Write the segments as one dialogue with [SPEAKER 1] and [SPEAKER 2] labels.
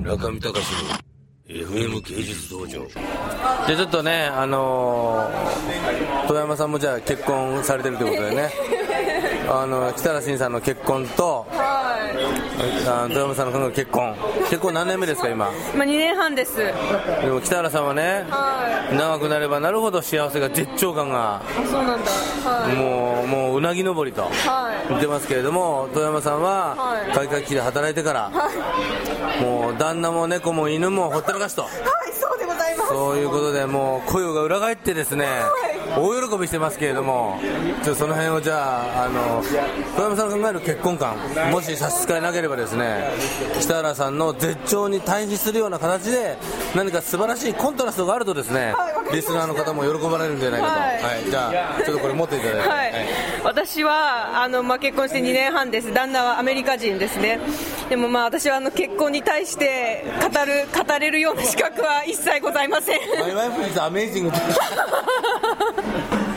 [SPEAKER 1] 中見隆の FM 芸術道場
[SPEAKER 2] でちょっとね、あのー、遠山さんもじゃあ結婚されてるということで ねあの北原慎さんの結婚と
[SPEAKER 3] は
[SPEAKER 2] あ遠山さんの結婚結婚何年目ですか今
[SPEAKER 3] い。まあ、2年半です。は
[SPEAKER 2] でも北原さんはね
[SPEAKER 3] い。
[SPEAKER 2] 長くなればなるほど幸せが絶頂感が
[SPEAKER 3] あ、そうなんだ。はい。
[SPEAKER 2] もうもううなぎ登りと
[SPEAKER 3] は
[SPEAKER 2] 言ってますけれども遠山さんは
[SPEAKER 3] はい
[SPEAKER 2] 開会期で働いてから
[SPEAKER 3] い。はい。
[SPEAKER 2] もう旦那も猫も犬もほったらかしと
[SPEAKER 3] はい、そうでございます。
[SPEAKER 2] そういうことでもう雇用が裏返ってですね、大喜びしてますけれども、ちょっとその辺をじゃあ、あの小山さんが考える結婚観、もし差し支えなければですね、北原さんの絶頂に対比するような形で、何か素晴らしいコントラストがあるとですね、
[SPEAKER 3] はいわかりました
[SPEAKER 2] リスナーの方も喜ばれるんじゃないかと、
[SPEAKER 3] はい
[SPEAKER 2] はいじゃあ、ちょっとこれ持っていただいて。
[SPEAKER 3] はい、私はあの、まあ、結婚して2年半です、旦那はアメリカ人ですね、でもまあ私はあの結婚に対して語る語れるような資格は一切ございません。
[SPEAKER 2] マイワイフイズアメイジングって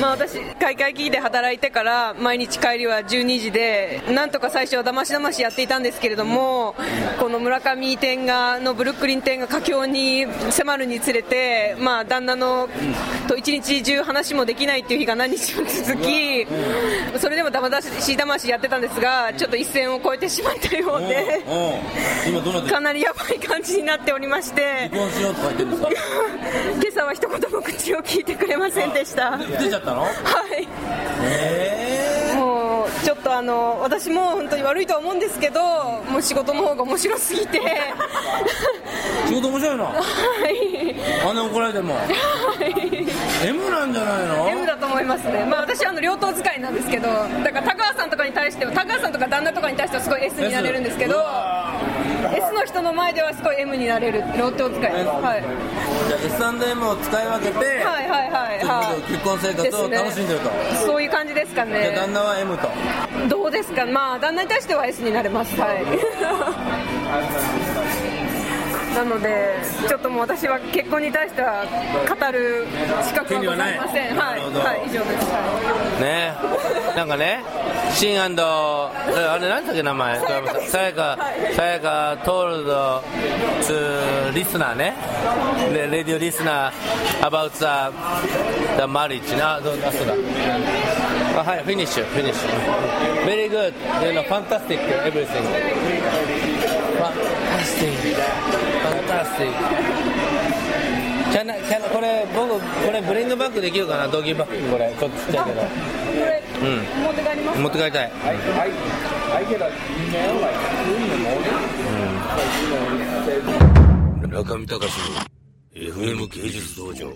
[SPEAKER 3] まあ、私開会期で働いてから毎日帰りは12時でなんとか最初はだましだましやっていたんですけれどもこの村上店がのブルックリン店が佳境に迫るにつれて、まあ、旦那のと一日中話もできないっていう日が何日も続きそれでもだまだしだましやってたんですがちょっと一線を越えてしまったようで
[SPEAKER 2] 今どうなって
[SPEAKER 3] かなりやばい感じになっておりまして
[SPEAKER 2] 離婚しようとか言ってるんですか
[SPEAKER 3] 今朝は一言も口を聞いてくれませんでした。は
[SPEAKER 2] 出ちゃったの
[SPEAKER 3] い
[SPEAKER 2] え
[SPEAKER 3] もうちょっとあの私も本当に悪いとは思うんですけどもう仕事の方が面白すぎて
[SPEAKER 2] え仕事面白いな
[SPEAKER 3] はい
[SPEAKER 2] あんな怒られても M なんじゃないの
[SPEAKER 3] M だと思いますね、まあ、私はあの両党使いなんですけどだから高橋さんとかに対しては高橋さんとか旦那とかに対してはすごい S になれるんですけど S の人の前ではすごい M になれる両党使いですはい
[SPEAKER 2] じゃあ S&M を使い分けて、
[SPEAKER 3] はいはいはいはい
[SPEAKER 2] 結婚生活を楽しんでると
[SPEAKER 3] すねそういう感じですか
[SPEAKER 2] じゃあ旦
[SPEAKER 3] ね
[SPEAKER 2] 那は M と
[SPEAKER 3] どうですかまあ旦那に対しては S になれますはいなのでちょっともう私は結婚に対しては語る資格はございません
[SPEAKER 2] 権利はなな
[SPEAKER 3] はいい、
[SPEAKER 2] るほど
[SPEAKER 3] はい、以上です、はい
[SPEAKER 2] ねなんかねシンアンドあれ何だっけ名前
[SPEAKER 3] さやかです
[SPEAKER 2] さやか
[SPEAKER 3] はい
[SPEAKER 2] さやかトールドツーリスナーねでレディオリスナーアバウトザザマリッジなあどうあそうだあはいフィニッシュフィニッシュ very good you know fantastic everything fantastic fantastic キャナキャナこれ僕これブリングバックできるかなドギーバッグこれちょっとちっちゃいけど
[SPEAKER 3] こ
[SPEAKER 2] う
[SPEAKER 3] れ、持って帰ります
[SPEAKER 2] 持って帰りたい
[SPEAKER 4] I, I, I get an email like three in the morning. Like, you know, it says,
[SPEAKER 1] 中見隆の FM 芸術道場